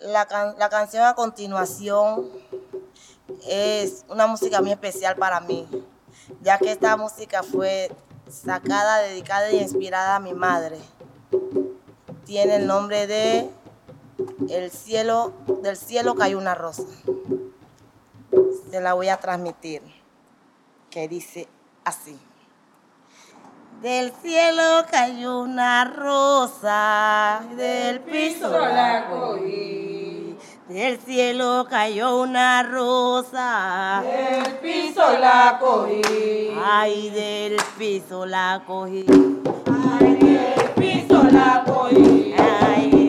La, can- la canción a continuación es una música muy especial para mí, ya que esta música fue sacada, dedicada y inspirada a mi madre. Tiene el nombre de El cielo, del cielo cayó una rosa. Se la voy a transmitir, que dice así. Del cielo cayó una rosa, del piso la cogí. Del cielo cayó una rosa, Del piso la cogí. ay, del piso la cogí. Ay, del piso la cogí. Ay,